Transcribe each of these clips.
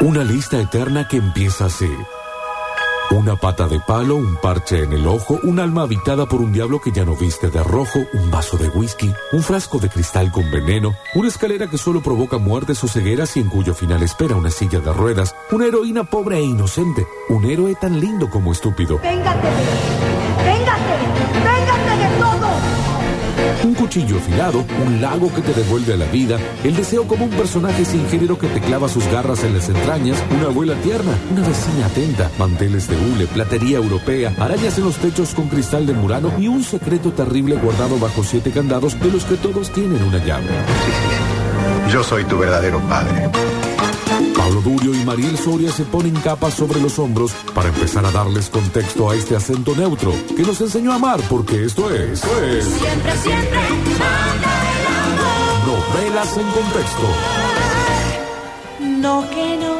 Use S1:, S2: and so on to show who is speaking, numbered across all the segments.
S1: Una lista eterna que empieza así. Una pata de palo, un parche en el ojo, un alma habitada por un diablo que ya no viste de rojo, un vaso de whisky, un frasco de cristal con veneno, una escalera que solo provoca muertes o cegueras y en cuyo final espera una silla de ruedas, una heroína pobre e inocente, un héroe tan lindo como estúpido,
S2: Véngate, véngate, véngate de todo.
S1: un cuchillo afilado, un lago que te devuelve a la vida, el deseo como un personaje sin género que te clava sus garras en las entrañas, una abuela tierna, una vecina atenta, manteles de hule, platería europea, arañas en los techos con cristal de murano y un secreto terrible guardado bajo siete candados de los que todos tienen una llave.
S3: Yo soy tu verdadero padre.
S1: Pablo Durio y Mariel Soria se ponen capas sobre los hombros para empezar a darles contexto a este acento neutro que nos enseñó a amar porque esto es...
S2: Siempre, siempre, manda el amor.
S1: Novelas en contexto.
S2: No que no.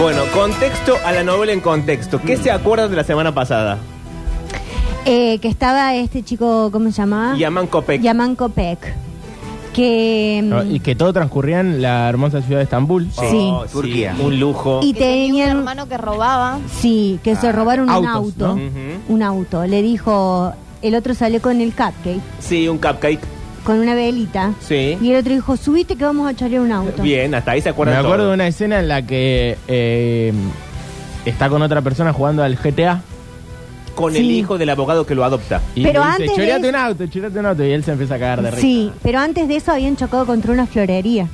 S4: Bueno, contexto a la novela en contexto. ¿Qué se acuerdan de la semana pasada?
S5: Eh, que estaba este chico, ¿cómo se llamaba?
S4: Yaman Copec.
S5: Yaman Kopek. Que. mm,
S6: No, Ah, Y que todo transcurría en la hermosa ciudad de Estambul.
S5: Sí.
S4: Oh,
S7: Turquía.
S4: Un lujo.
S5: y
S8: Que tenía un
S5: tenían.
S8: hermano que robaba.
S5: Sí, que se robaron un
S6: autos,
S5: auto.
S6: ¿no?
S4: Ah, Ujú.
S5: Un auto. Le dijo. El otro salió con el cupcake,
S4: Sí, un cupcake.
S5: con una velita.
S4: Sí.
S5: Y el otro dijo: Subiste que vamos a chalear un auto.
S4: Bien, hasta ahí se
S6: Me
S4: acuerdan
S6: acuerdo
S4: todo.
S6: de una escena en la que eh, está con otra persona jugando al GTA.
S4: Con el
S5: Sí.
S4: hijo del abogado que lo adopta.
S6: Y
S5: Pero
S6: le
S5: antes
S6: dice,
S5: de
S6: chorate
S5: eso-
S6: un auto, chorate un auto. Y él se empieza a cagar de risa.
S5: Sí, pero antes de eso habían chocado contra una florería.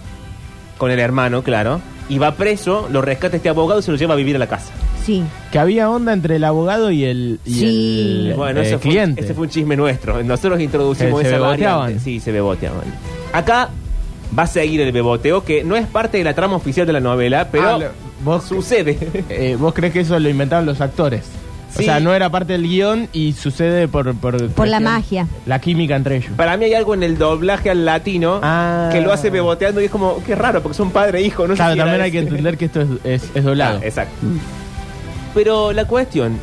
S4: Con el hermano, claro. Y va preso, lo rescata este abogado y se lo lleva a vivir a la casa.
S5: Sí.
S6: Que había onda entre el abogado y el, y
S5: Sí.
S6: el,
S4: Bueno,
S6: eh,
S4: ese,
S6: cliente.
S4: Fue, ese fue un chisme nuestro. Nosotros introducimos
S6: Que se
S4: esa
S6: beboteaban.
S4: variante. Sí, se beboteaban. Acá va a seguir el beboteo, que no es parte de la trama oficial de la novela, pero
S6: Ah, lo- vos-
S4: sucede.
S6: Eh, ¿Vos crees que eso lo inventaron los actores?
S4: Sí.
S6: O sea, no era parte del guión y sucede por... Por,
S5: Por la
S6: cuestión-
S5: magia.
S6: La química entre ellos.
S4: Para mí hay algo en el doblaje al latino
S6: Ah.
S4: que lo hace beboteando y es como, qué raro, porque son padre e hijo. No sé
S6: claro,
S4: si era
S6: también hay que
S4: ese.
S6: entender que esto es, es, es doblado.
S4: Ah, exacto. Pero la cuestión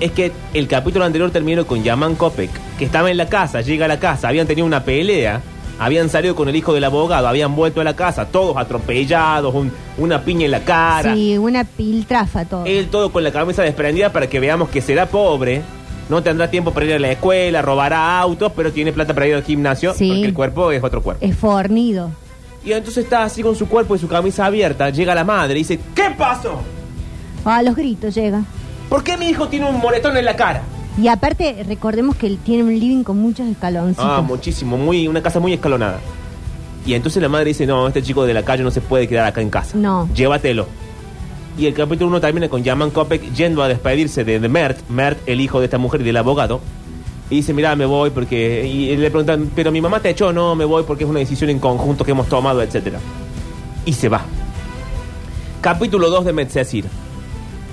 S4: es que el capítulo anterior terminó con Yaman Kopek, que estaba en la casa, llega a la casa, habían tenido una pelea, habían salido con el hijo del abogado, habían vuelto a la casa, todos atropellados, un- una piña en la cara.
S5: Sí, una piltrafa todo.
S4: Él todo con la cabeza desprendida para que veamos que será pobre. No tendrá tiempo para ir a la escuela, robará autos, pero tiene plata para ir al gimnasio
S5: Sí.
S4: porque el cuerpo es otro cuerpo.
S5: Es fornido.
S4: Y entonces está así con su cuerpo y su camisa abierta. Llega la madre y dice: ¿Qué pasó?
S5: A Ah, los gritos llega.
S4: ¿Por qué mi hijo tiene un moretón en la cara?
S5: Y aparte, recordemos que él tiene un living con muchos escaloncitos.
S4: Ah, muchísimo, muy, una casa muy escalonada. Y entonces la madre dice, no, este chico de la calle no se puede quedar acá en casa.
S5: No.
S4: Llévatelo. Y el capítulo 1 termina con Yaman Kopek yendo a despedirse de, de Mert, Mert, el hijo de esta mujer y del abogado. Y dice, mirá, me voy porque... Y le preguntan, pero mi mamá te echó, no, me voy porque es una decisión en conjunto que hemos tomado, etcétera Y se va. Capítulo 2 de Metzesir.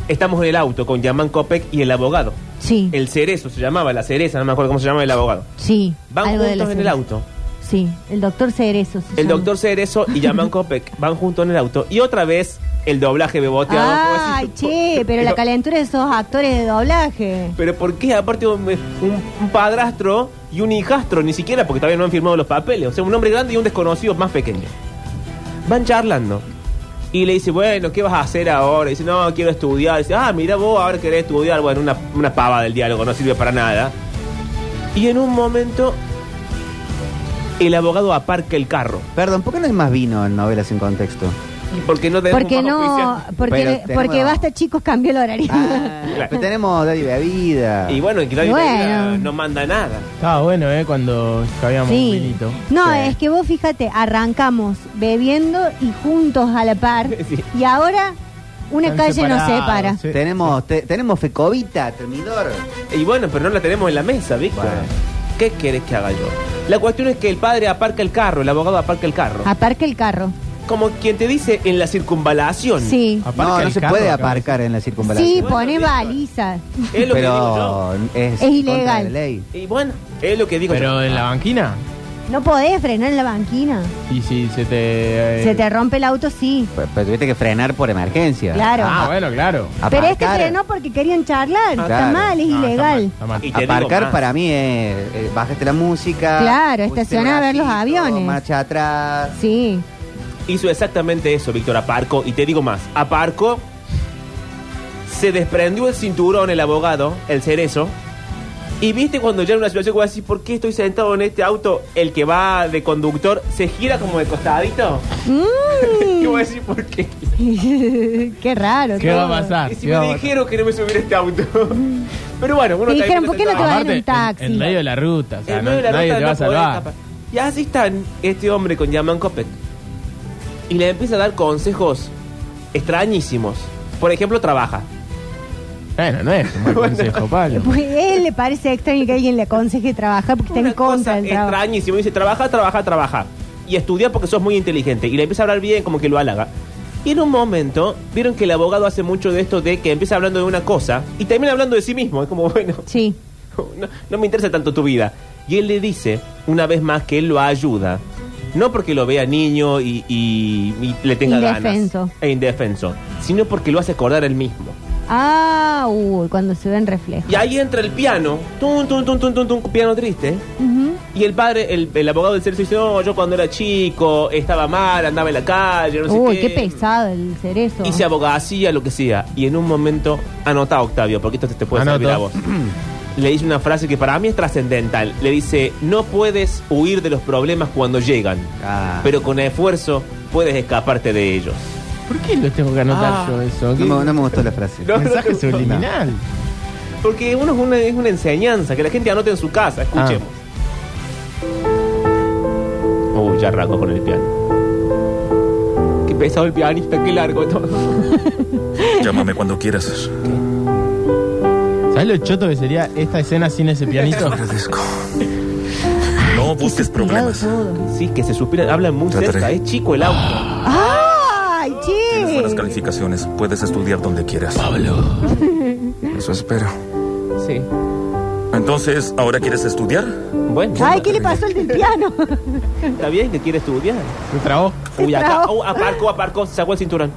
S4: Estamos en el auto con Yaman Kopek y el abogado.
S5: sí.
S4: El cerezo se llamaba, la cereza, no me acuerdo cómo se llama el abogado.
S5: sí.
S4: Van
S5: algo de
S4: juntos
S5: la
S4: en el
S5: serie.
S4: auto.
S5: Sí, el doctor Cerezo. se
S4: El
S5: llama.
S4: doctor Cerezo y Yaman Kopek van juntos en el auto. Y otra vez el doblaje beboteado.
S5: Ay, che, pero la calentura de esos actores de doblaje.
S4: Pero ¿por qué? Aparte un, un- un padrastro y un hijastro, ni siquiera porque todavía no han firmado los papeles. O sea, un hombre grande y un desconocido más pequeño. Van charlando. Y le dice, bueno, ¿qué vas a hacer ahora? Y dice, no, quiero estudiar. Y dice, ah, mira vos, ahora querés estudiar. Bueno, una, una pava del diálogo, no sirve para nada. Y en un momento, el abogado aparca el carro.
S7: Perdón, ¿por qué no hay más vino en novelas en contexto?
S4: Porque no tenemos
S5: Porque
S4: más
S5: no,
S4: auspiciantes.
S7: Pero
S5: porque,
S7: tenemos-
S5: porque basta, chicos, cambió el horario.
S7: Ah, pero tenemos daddy bebida.
S4: Y bueno, el Quilombo
S5: Bueno.
S4: Negra no manda nada.
S6: Estaba bueno, ¿eh? Cuando habíamos un
S5: Sí.
S6: vinito.
S5: No,
S7: Sí.
S5: es que vos fíjate, arrancamos bebiendo y juntos a la par.
S4: Sí.
S5: Y ahora una
S6: Están
S5: calle nos
S6: separados,
S5: separa.
S6: sí.
S7: Tenemos, te- tenemos fecovita, termidor.
S4: Y bueno, pero no la tenemos en la mesa, Víctor.
S7: Bueno.
S4: ¿Qué querés que haga yo? La cuestión es que el padre aparca el carro, el abogado aparca el carro.
S5: Aparca el carro.
S4: Como quien te dice en la circunvalación.
S5: Sí.
S6: Aparca
S7: No, no
S6: el
S7: se
S6: carro,
S7: puede
S6: acá.
S7: aparcar en la circunvalación.
S5: Sí,
S4: Bueno,
S5: pone
S4: listo.
S5: balizas.
S4: Es lo que digo yo.
S7: pero es,
S5: Es
S7: contra
S5: ilegal.
S7: la ley.
S4: Y bueno, es lo que digo yo.
S6: Pero en la banquina.
S5: No podés frenar en la banquina.
S6: Y si se te... eh,
S5: Se te rompe el auto, sí.
S7: Pero, pero tuviste que frenar por emergencia.
S5: Claro.
S6: Ah, bueno, claro.
S5: Pero este
S7: Aparcar-
S5: frenó porque querían charlar.
S7: Ah,
S5: Está
S7: claro.
S5: mal, es
S6: No, está
S5: ilegal.
S6: mal, está mal.
S4: Y te digo
S7: Aparcar
S4: más.
S7: para mí es, eh, bajaste la música.
S5: Claro,
S7: pusiste
S5: estacioná a ver los
S7: bracito,
S5: aviones.
S7: Marcha atrás.
S5: Sí.
S4: hizo exactamente eso, Víctor Aparco. Y te digo más, Aparco se desprendió el cinturón, el abogado, el cerezo. Y viste cuando ya en una situación que vos decís, ¿por qué estoy sentado en este auto? El que va de conductor se gira como de costadito.
S5: Mm.
S4: Y vos decís, ¿por qué?
S5: qué raro.
S6: ¿Qué
S5: todo.
S6: va a pasar?
S4: Y si
S6: ¿Qué va a
S4: me
S6: pasar?
S4: dijeron que no me subiera este auto. Pero bueno, uno
S5: Te
S4: está
S5: dijeron,
S4: ahí
S5: ¿por qué no te vas
S4: sentado.
S5: en
S6: Aparte,
S5: un taxi.
S6: En, medio de la ruta. O sea,
S4: En
S6: no-
S4: medio de la
S6: nadie
S4: ruta
S6: te va
S4: Eh,
S6: a
S4: no podés
S6: salvar.
S4: escapar. Y así están este hombre con Yaman Copet. Y le empieza a dar consejos extrañísimos. Por ejemplo, trabaja.
S6: Bueno, no es un buen consejo, Pablo.
S5: Pues él le parece extraño que alguien le aconseje trabajar porque está
S4: Una
S5: en contra
S4: cosa
S5: del trabajo.
S4: extrañísima. Dice, trabaja, trabaja, trabaja. Y estudia porque sos muy inteligente. Y le empieza a hablar bien, como que lo halaga. Y en un momento, vieron que el abogado hace mucho de esto de que empieza hablando de una cosa y termina hablando de sí mismo. Es como, bueno,
S5: Sí.
S4: no, no me interesa tanto tu vida. Y él le dice, una vez más, que él lo ayuda. No porque lo vea niño y, y- y le tenga
S5: Indefenso.
S4: ganas. E indefenso. Sino porque lo hace acordar él mismo.
S5: Ah, uy, cuando se ven reflejos.
S4: Y ahí entra el piano. Tum, tum, tum, tum, tum, tum, piano triste.
S5: Ujú.
S4: Y el padre, el, el abogado del servicio dice, no, yo cuando era chico estaba mal, andaba en la calle, no sé
S5: Uy,
S4: qué.
S5: qué pesado el cerezo.
S4: Hice abogacía, lo que sea. Y en un momento, anota Octavio, porque esto te, te puede
S6: Anoto.
S4: servir a vos. Le dice una frase que para mí es trascendental. Le dice, no puedes huir de los problemas cuando llegan,
S7: Ah.
S4: pero con esfuerzo puedes escaparte de ellos.
S6: ¿Por qué lo tengo que anotar
S4: Ah.
S6: yo eso? ¿Qué
S7: No me, no me gustó la frase.
S4: No,
S6: mensaje
S4: no, no.
S6: subliminal?
S4: Porque uno es una, es una enseñanza, que la gente anote en su casa, escuchemos. Uy, ya arrancó con el piano. Qué pesado el pianista, qué largo todo.
S8: Llámame cuando quieras.
S6: ¿Sabes lo choto que sería esta escena sin ese pianito?
S8: Agradezco. No busques problemas.
S5: todo.
S4: Sí, que se suspiran, hablan muy
S8: Trataré.
S4: cerca, es chico el auto.
S5: ¡Ay,
S8: Tienes buenas
S5: che!
S8: calificaciones. Puedes estudiar donde quieras. Pablo. Eso espero.
S4: Sí.
S8: Entonces, ¿ahora quieres estudiar?
S4: Bueno,
S5: Ay, ¿qué le pasó al del piano?
S4: está bien que quiere estudiar.
S6: ¿Se trabó?
S4: Uy, acá,
S5: trabó.
S4: uh, aparcó, aparcó, se sacó el cinturón.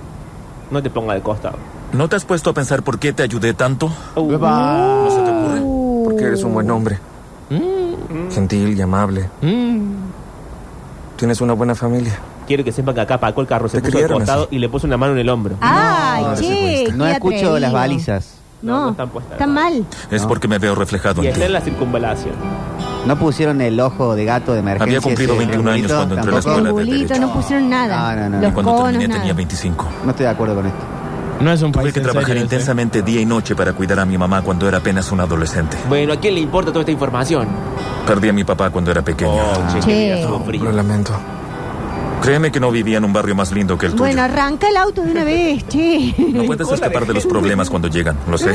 S4: No te ponga de costado.
S8: ¿No te has puesto a pensar por qué te ayudé tanto?
S4: Uh,
S8: ¿No se te ocurre?
S9: Porque eres un buen hombre,
S6: Mm,
S9: gentil y amable.
S6: mm.
S9: Tienes una buena familia.
S4: quiero que sepan que acá Paco el carro se
S9: Te
S4: puso de
S9: criaron
S4: costado
S9: así.
S4: y le puso una mano en el hombro.
S5: Ah. Ay,
S9: no,
S5: che.
S9: egoísta.
S7: No
S5: qué
S7: escucho las
S5: atrevido.
S7: balizas.
S5: No,
S4: No, no están puestas.
S5: está mal.
S8: Es porque me veo reflejado
S4: Y
S8: en ti.
S4: está en la circunvalación.
S7: No pusieron el ojo de gato de emergencia.
S8: Había cumplido
S7: ese
S8: 21 años
S7: triangulito,
S8: cuando entré a la
S7: tampoco.
S8: escuela de
S5: Triangulito,
S8: Derecho.
S5: no pusieron nada.
S7: No, no, no.
S8: Y
S5: Los
S8: cuando
S5: conos,
S8: terminé
S5: nada.
S8: tenía 25.
S7: No estoy de acuerdo con esto.
S6: No es un
S8: Tuve
S6: país
S8: que
S6: en
S8: trabajar
S6: serio, ¿eh? ese.
S8: intensamente día y noche para cuidar a mi mamá cuando era apenas un adolescente.
S4: Bueno, ¿a quién le importa toda esta información?
S8: Perdí a mi papá cuando era pequeño.
S9: Oh.
S4: che,
S5: Che.
S4: qué vida, tuvo frío.
S9: Lo lamento.
S8: Créeme que no vivía en un barrio más lindo que el tuyo.
S5: Bueno, arranca el auto de una vez, che.
S8: no puedes
S4: Hola,
S8: escapar de los problemas cuando llegan, lo sé.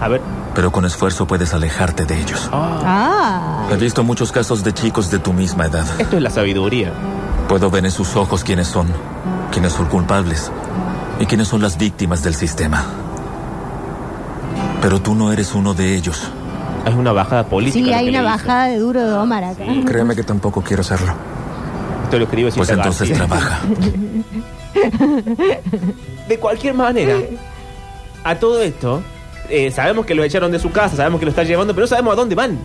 S4: A ver.
S8: Pero con esfuerzo puedes alejarte de ellos.
S5: Ah,
S8: He visto muchos casos de chicos de tu misma edad.
S4: Esto es la sabiduría.
S8: Puedo ver en sus ojos quiénes son, quiénes son culpables y quiénes son las víctimas del sistema. Pero tú no eres uno de ellos.
S4: Hay una bajada política.
S5: sí,
S4: lo
S5: hay
S4: que
S5: una
S4: le hizo.
S5: bajada de duro de Omar acá.
S9: Créeme que tampoco quiero serlo.
S4: Esto lo escribió
S8: Pues
S4: Cinta
S8: entonces
S4: García.
S8: trabaja.
S4: De cualquier manera, a todo esto, eh, sabemos que lo echaron de su casa, sabemos que lo están llevando, pero no sabemos a dónde van.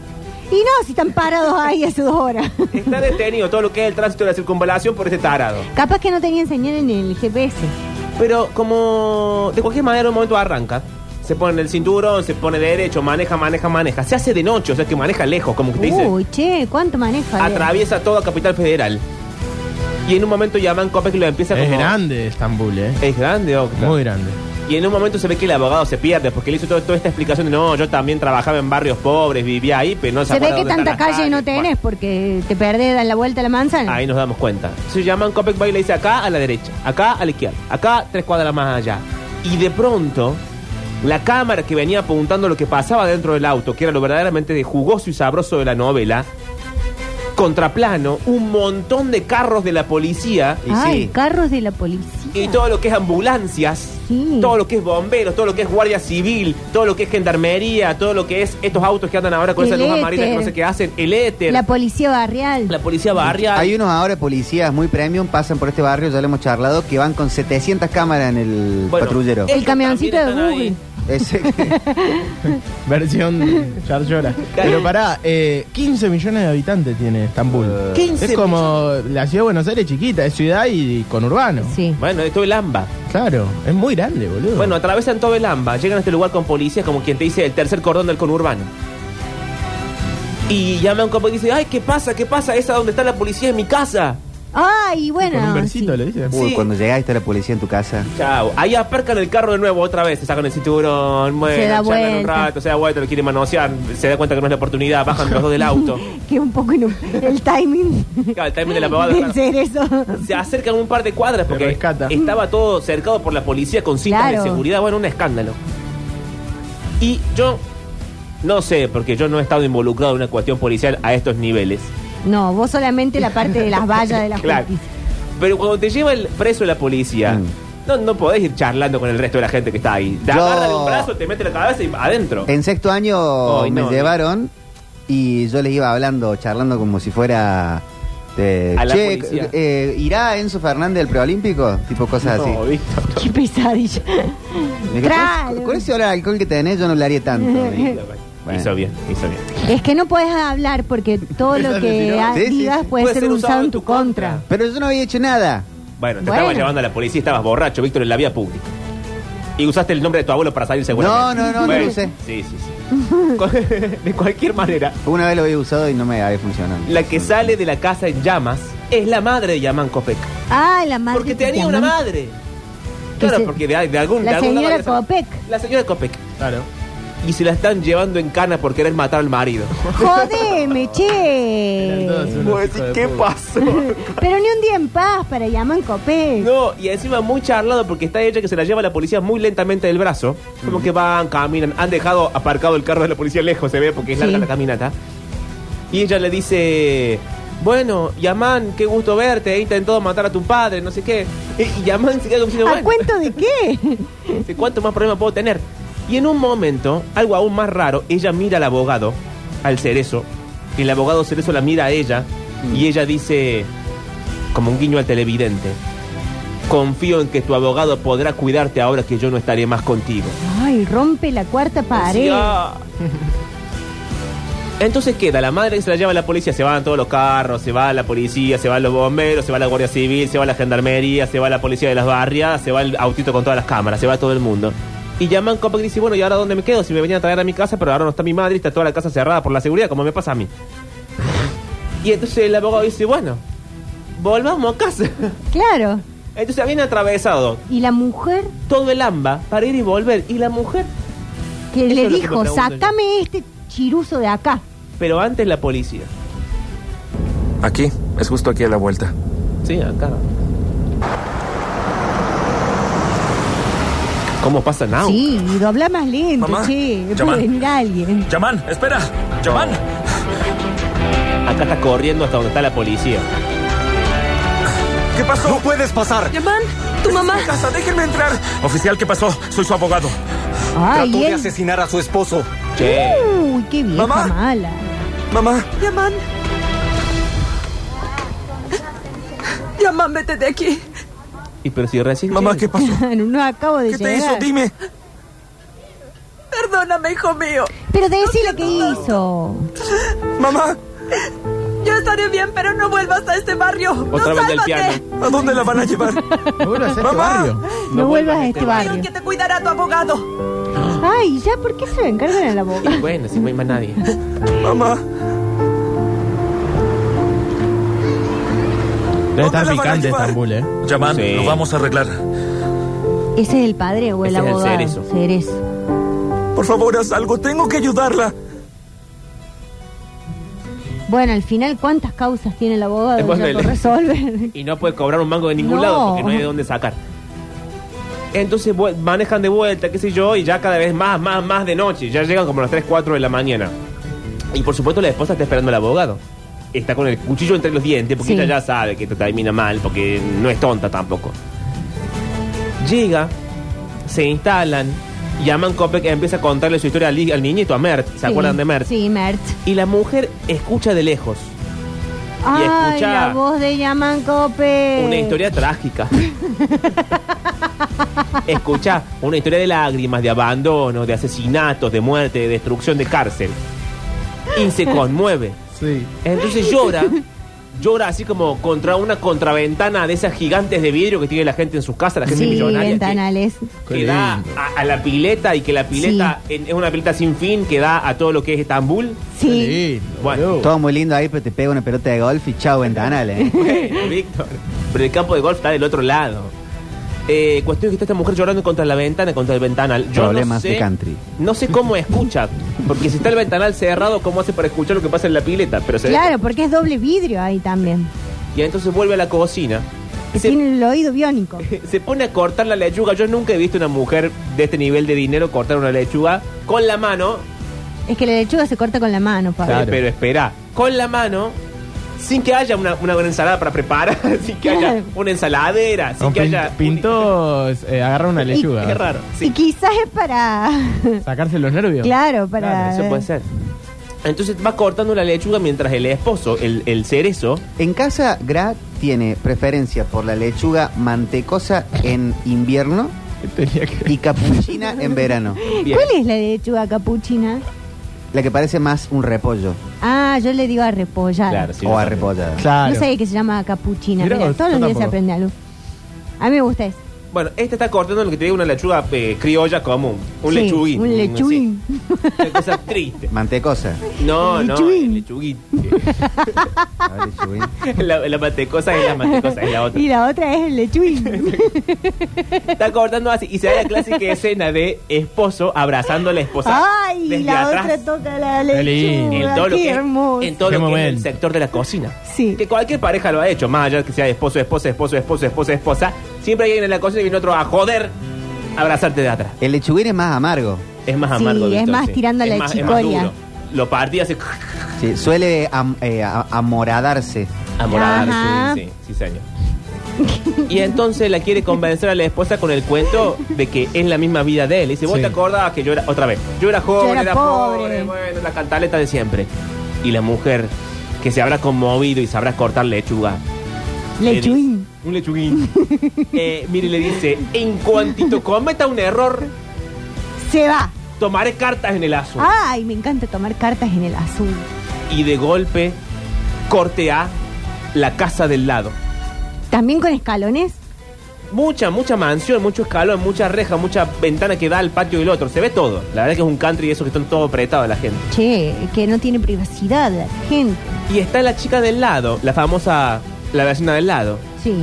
S5: Y no, si están parados ahí hace dos horas.
S4: Está detenido todo lo que es el tránsito de la circunvalación por este tarado.
S5: Capaz que no tenían señal en el GPS.
S4: Pero como de cualquier manera en un momento arranca. Se pone el cinturón, se pone derecho, maneja, maneja, maneja. Se hace de noche, o sea que maneja lejos, como que te dice.
S5: Uy, che, ¿cuánto maneja?
S4: atraviesa toda Capital Federal. Y en un momento llaman Copec y lo empieza
S6: Es
S4: como...
S6: grande Estambul, ¿eh?
S4: Es grande, Octa.
S6: Muy grande.
S4: Y en un momento se ve que el abogado se pierde porque le hizo todo- toda esta explicación de no, yo también trabajaba en barrios pobres, vivía ahí, pero no se
S5: Se ve
S4: acuerda
S5: que
S4: dónde
S5: tanta
S4: están las
S5: calle no
S4: calles".
S5: tenés porque te perdés, dan la vuelta a la
S4: Bueno,
S5: manzana.
S4: ahí nos damos cuenta. Se llaman Copec va y le dice acá a la derecha, acá a la izquierda, acá tres cuadras más allá. Y de pronto, la cámara que venía apuntando lo que pasaba dentro del auto, que era lo verdaderamente de jugoso y sabroso de la novela, contraplano, un montón de carros de la policía
S7: Y
S5: Ay,
S7: sí.
S5: carros de la policía.
S4: y todo lo que es ambulancias,
S5: Sí.
S4: todo lo que es bomberos, todo lo que es guardia civil, todo lo que es gendarmería, todo lo que es estos autos que andan ahora con
S5: El
S4: esas luces amarillas que no
S5: éter.
S4: sé qué hacen, el éter,
S5: La
S4: la,
S5: policía barrial.
S4: policía barrial.
S7: Hay unos ahora policías muy premium, pasan por este barrio, ya lo hemos charlado, que van con 700 cámaras en el
S4: Bueno, Eh.
S7: patrullero.
S5: El
S4: Ellos
S5: camioncito
S4: también
S5: de
S4: están ahí.
S7: Ese
S6: Versión Charles Llora. Pero pará, eh, 15 millones de habitantes tiene Estambul.
S4: 15
S6: es como la ciudad de Buenos Aires chiquita, es ciudad y, conurbano.
S5: Sí.
S4: Bueno, esto es el AMBA.
S6: Claro, es muy grande, boludo.
S4: Bueno, atravesan todo el AMBA, llegan a este lugar con policías, como quien te dice el tercer cordón del conurbano. Y llama a un copo y dice, ay, ¿qué pasa? ¿Qué pasa? Esa donde está la policía es mi casa.
S5: Ay, bueno.
S6: con un versito
S5: sí.
S6: le dice.
S7: Uy,
S4: Sí.
S7: cuando llegaste a la policía en tu casa.
S4: Chao. Ahí aparcan el carro de nuevo otra vez, se sacan el cinturón, bueno,
S5: Se da
S4: charlan un
S5: vuelta.
S4: rato, se da vuelta, lo quieren manosear, se da cuenta que no es la oportunidad, bajan los dos del auto.
S5: que un poco inu- el timing.
S4: Claro, el timing de la pavada,
S5: del
S4: claro.
S5: cerezo.
S4: Se acercan un par de cuadras porque
S6: rescata.
S4: estaba todo cercado por la policía con cintas
S5: Claro.
S4: de seguridad. Bueno, un escándalo. Y yo no sé, porque yo no he estado involucrado en una cuestión policial a estos niveles.
S5: No, vos solamente la parte de las vallas de la
S4: Claro.
S5: justicia.
S4: Pero cuando te lleva el preso de la policía,
S7: Mm.
S4: no, no podés ir charlando con el resto de la gente que está ahí. Te
S7: Yo-
S4: agarra de un brazo, te mete la cabeza y adentro.
S7: En sexto año
S4: Ay,
S7: me
S4: no, eh.
S7: llevaron y yo les iba hablando, charlando como si fuera. eh,
S4: A la
S7: che,
S4: policía.
S7: eh, ¿irá Enzo Fernández al preolímpico? Tipo cosas así.
S4: No, Víctor.
S5: Qué pesadilla.
S7: Me dije,
S5: Claro.
S7: "Con- Con ese olor a alcohol que tenés, yo no hablaría tanto. me dije. Bueno.
S4: Hizo bien, hizo bien.
S5: Es que no puedes hablar porque todo lo que ha-
S7: Sí, sí,
S5: digas
S7: sí.
S5: puede, ser usado en tu contra.
S7: Pero yo no había hecho nada.
S4: Bueno, te
S5: Bueno.
S4: estaban llevando a la policía, estabas borracho, Víctor, en la vía pública. Y usaste el nombre de tu abuelo para salir seguramente.
S7: No, no, no, no
S4: Bueno,
S7: lo usé.
S4: Sí, sí, sí. Co- de cualquier manera,
S7: Una vez lo había usado y no me había funcionado.
S4: la que sale de la casa en llamas es la madre de Yamán Copec.
S5: Ah, la madre.
S4: Porque
S5: que
S4: tenía
S5: llaman.
S4: una madre. Claro,
S5: Ese-
S4: porque de, de algún de
S5: La
S4: algún lado
S5: señora
S4: había salido.
S5: Copec.
S4: La señora Copec.
S6: Claro.
S4: Y se la están llevando en cana por querer matar al marido.
S5: Jodeme, Eh,
S6: Eran todos
S5: che.
S6: unos
S4: Vos
S6: hijos de
S4: decís, ¿qué
S6: puta.
S4: pasó?
S5: Pero ni un día en paz para Yaman Copec.
S4: No, y encima muy charlado porque está ella que se la lleva la policía muy lentamente del brazo. Como que van, caminan, han dejado aparcado el carro de la policía lejos, se ve porque es
S5: Sí.
S4: larga la caminata. Y ella le dice, bueno, Yamán, qué gusto verte, he intentado matar a tu padre, no sé qué. Y Yamán se queda como diciendo,
S5: ¿A
S4: bueno,
S5: cuento de qué?
S4: ¿de ¿cuánto más problema puedo tener? Y en un momento, algo aún más raro, ella mira al abogado, al cerezo, y el abogado cerezo la mira a ella, y ella dice, como un guiño al televidente, confío en que tu abogado podrá cuidarte ahora que yo no estaré más contigo.
S5: Ay, rompe la cuarta
S4: Sí,
S5: pared.
S4: ah. Entonces queda, la madre que se la lleva a la policía, se van todos los carros, se va la policía, se van los bomberos, se va la Guardia Civil, se va la Gendarmería, se va la policía de las barriadas, se va el autito con todas las cámaras, se va todo el mundo. Y llaman copa y dice, bueno, ¿y ahora dónde me quedo? Si me venían a traer a mi casa, pero ahora no está mi madre, y está toda la casa cerrada por la seguridad, como me pasa a mí. Y entonces el abogado dice, bueno, volvamos a casa.
S5: Claro.
S4: Entonces habían atravesado
S5: Y la mujer
S4: todo el AMBA para ir y volver. Y la mujer
S5: que
S4: Eso
S5: le
S4: es lo que
S5: dijo,
S4: me pregunto yo.
S5: sacame este chiruzo de acá.
S4: Pero antes la policía.
S9: Aquí, es justo aquí a la vuelta.
S4: Sí, acá. ¿Cómo pasa now?
S5: Sí, y dobla más lento,
S8: Mamá,
S5: che. Puede
S8: llaman.
S5: venir alguien.
S8: Yamán, espera. Yamán.
S4: Acá está corriendo hasta donde está la policía.
S8: ¿Qué pasó?
S9: puedes pasar!
S2: Yamán, tu mamá.
S8: Mi casa, déjenme entrar. Oficial, ¿qué pasó? Soy su abogado.
S5: Ay, él-
S9: asesinar a su esposo.
S4: Che.
S5: Uy, qué vieja
S9: Mamá.
S5: mala.
S9: Mamá,
S2: Yamán. Yamán, vete de aquí.
S4: Y pero si recién.
S9: mamá,
S4: che,
S9: ¿qué pasó?
S5: Claro, no acabo de
S9: ¿Qué te hizo?
S5: llegar.
S9: Dime.
S2: Perdóname, hijo mío.
S5: Pero decile qué hizo.
S9: Mamá,
S2: Yo estaré bien, pero no vuelvas a este barrio.
S4: Otra
S2: no
S4: vez del
S2: sálvate.
S4: piano.
S9: ¿a dónde la van a llevar?
S6: Me vuelvo a hacer este
S9: Mamá.
S6: barrio.
S5: No, vuelvas a este barrio.
S2: Que te cuidará tu abogado.
S5: Ay, ya, ¿por qué se lo encargan a la boca?
S4: Y bueno, si no hay más nadie.
S9: Mamá,
S6: Debe estar
S9: la van a
S6: picante
S9: llevar?
S6: Estambul, eh.
S8: Yamán,
S4: Sí.
S8: lo vamos a arreglar.
S5: Ese es el padre o el
S4: Ese es el
S5: abogado.
S4: cerezo.
S5: Cerezo.
S9: por favor, haz algo. Tengo que ayudarla.
S5: Bueno, al final, ¿cuántas causas tiene el abogado
S4: Después
S5: ya
S4: me
S5: por
S4: le-
S5: resolver?
S4: Y no puede cobrar un mango de ningún
S5: No.
S4: lado porque no hay de dónde sacar. Entonces vu- manejan de vuelta, qué sé yo, y ya cada vez más, más, más de noche. Ya llegan como a las 3, 4 de la mañana. Y por supuesto la esposa está esperando al abogado. Está con el cuchillo entre los dientes porque
S5: Sí.
S4: ella ya sabe que esto termina mal, porque no es tonta tampoco. Llega, se instalan, llaman Copec y empieza a contarle su historia al, li- al niñito, a Mert. ¿Se acuerdan
S5: Sí,
S4: de Mert?
S5: Sí, Mert.
S4: Y la mujer escucha de lejos
S5: Ay,
S4: escucha
S5: la voz de Yaman Cope.
S4: una historia trágica. Escucha una historia de lágrimas, de abandono, de asesinatos, de muerte, de destrucción de cárcel. Y se conmueve.
S10: Sí.
S4: Entonces llora, llora así como contra una contraventana de esas gigantes de vidrio que tiene la gente en sus casas, la gente
S5: Sí,
S4: millonaria. que-
S5: ventanales.
S10: Qué
S4: que da
S10: lindo.
S4: a, a la pileta y que la pileta en- es una pileta sin fin que da a todo lo que es Estambul.
S5: Sí.
S4: Bueno.
S10: Bueno.
S7: Todo muy lindo ahí, pero te pega una pelota de golf y chau, ventanales. ¿eh?
S4: Bueno, Víctor. Pero el campo de golf está del otro lado. Eh, cuestión es que está esta mujer llorando contra la ventana, contra el ventanal. Yo
S7: Problemas
S4: no sé,
S7: de country.
S4: No sé cómo escucha, porque si está el ventanal cerrado, ¿cómo hace para escuchar lo que pasa en la pileta? Pero se ve-
S5: Claro, porque es doble vidrio ahí también.
S4: Y entonces vuelve a la cocina. Y se,
S5: Tiene el oído biónico.
S4: se pone a cortar la lechuga. Yo nunca he visto una mujer de este nivel de dinero cortar una lechuga con la mano
S5: Es que la lechuga se corta con la mano, Pablo.
S4: Eh, pero espera, con la mano, sin que haya una, una buena ensalada para preparar, sin que haya
S5: Claro.
S4: una ensaladera, sin
S6: No,
S4: que
S6: pin-
S4: haya. un-
S6: pintó, eh, agarra una lechuga.
S4: Qué raro.
S5: Y
S4: Sí.
S5: quizás es para.
S6: Sacarse los nervios.
S5: claro, para.
S4: Claro, eso
S5: Eh.
S4: puede ser. Entonces va cortando la lechuga mientras el esposo, el, el cerezo,
S7: En casa, Gra tiene preferencia por la lechuga mantecosa en invierno
S6: Tenía que-
S7: y capuchina en verano.
S4: bien,
S5: ¿Cuál es la lechuga capuchina?
S7: La que parece más un repollo
S5: Ah, yo le digo arrepollada.
S4: Claro, sí.
S7: o
S4: no,
S7: arrepollada.
S6: Claro.
S5: No sabía que se llama capuchina.
S6: Mirá
S5: Mira,
S6: vos,
S5: todos
S6: yo
S5: los días se
S6: tampoco.
S5: aprende algo. A mí me gusta eso.
S4: bueno, este está cortando lo que te digo, una lechuga eh, criolla común, un
S5: Sí,
S4: lechuguín.
S5: Un
S4: mm,
S5: lechuguín.
S4: así. Una cosa triste.
S7: Mantecosa.
S4: No, no, el
S5: Lechuguín.
S4: lechuguín.
S7: A ver, lechuguín.
S4: La, la mantecosa es la mantecosa, es la otra.
S5: Y la otra es el lechuguín.
S4: Está cortando así y se da la clásica escena de esposo abrazando a la esposa.
S5: Ay,
S4: desde
S5: la
S4: atrás.
S5: otra toca la
S6: Qué lindo.
S5: lechuga.
S4: en todo lo
S5: Qué
S4: que, es-
S5: hermoso.
S4: en todo
S6: Qué
S4: lo que es el
S6: momento.
S4: sector de la cocina.
S5: Sí.
S4: Que cualquier pareja lo ha hecho, más allá que sea esposo, esposa, esposo, esposa, esposa, esposa. Siempre hay alguien en la cocina y viene otro a joder, a abrazarte de atrás.
S7: El lechuguín es más amargo.
S4: Es más
S5: Sí,
S4: amargo.
S5: es
S4: Víctor,
S5: más tirando a la
S4: es más
S5: chicoria.
S4: duro. Lo partí hace.
S7: Sí, suele am- eh, a- amoradarse.
S4: Amorada.
S5: Ajá.
S4: Sí, sí, señor. Y entonces la quiere convencer a la esposa con el cuento de que es la misma vida de él. Y dice, vos
S6: Sí.
S4: te acordás que yo era, otra vez, yo era joven,
S5: Yo era
S4: era
S5: pobre.
S4: pobre. bueno, la cantaleta de siempre. Y la mujer que se habrá conmovido y sabrá cortar lechuga. le dice-
S5: Lechuguín.
S4: Un lechuguín. Eh, mire, le dice, en cuantito cometa un error,
S5: Se va.
S4: tomaré cartas en el asunto.
S5: Ay, me encanta tomar cartas en el azul.
S4: Y de golpe, corte a la casa del lado.
S5: También con escalones.
S4: Mucha, mucha mansión, mucho escalón, mucha reja, mucha ventana que da al patio del otro. Se ve todo. La verdad que es un country de esos que están todo apretados la gente.
S5: Che, que no tiene privacidad la gente.
S4: Y está la chica del lado, la famosa, la vecina del lado,
S5: Sí.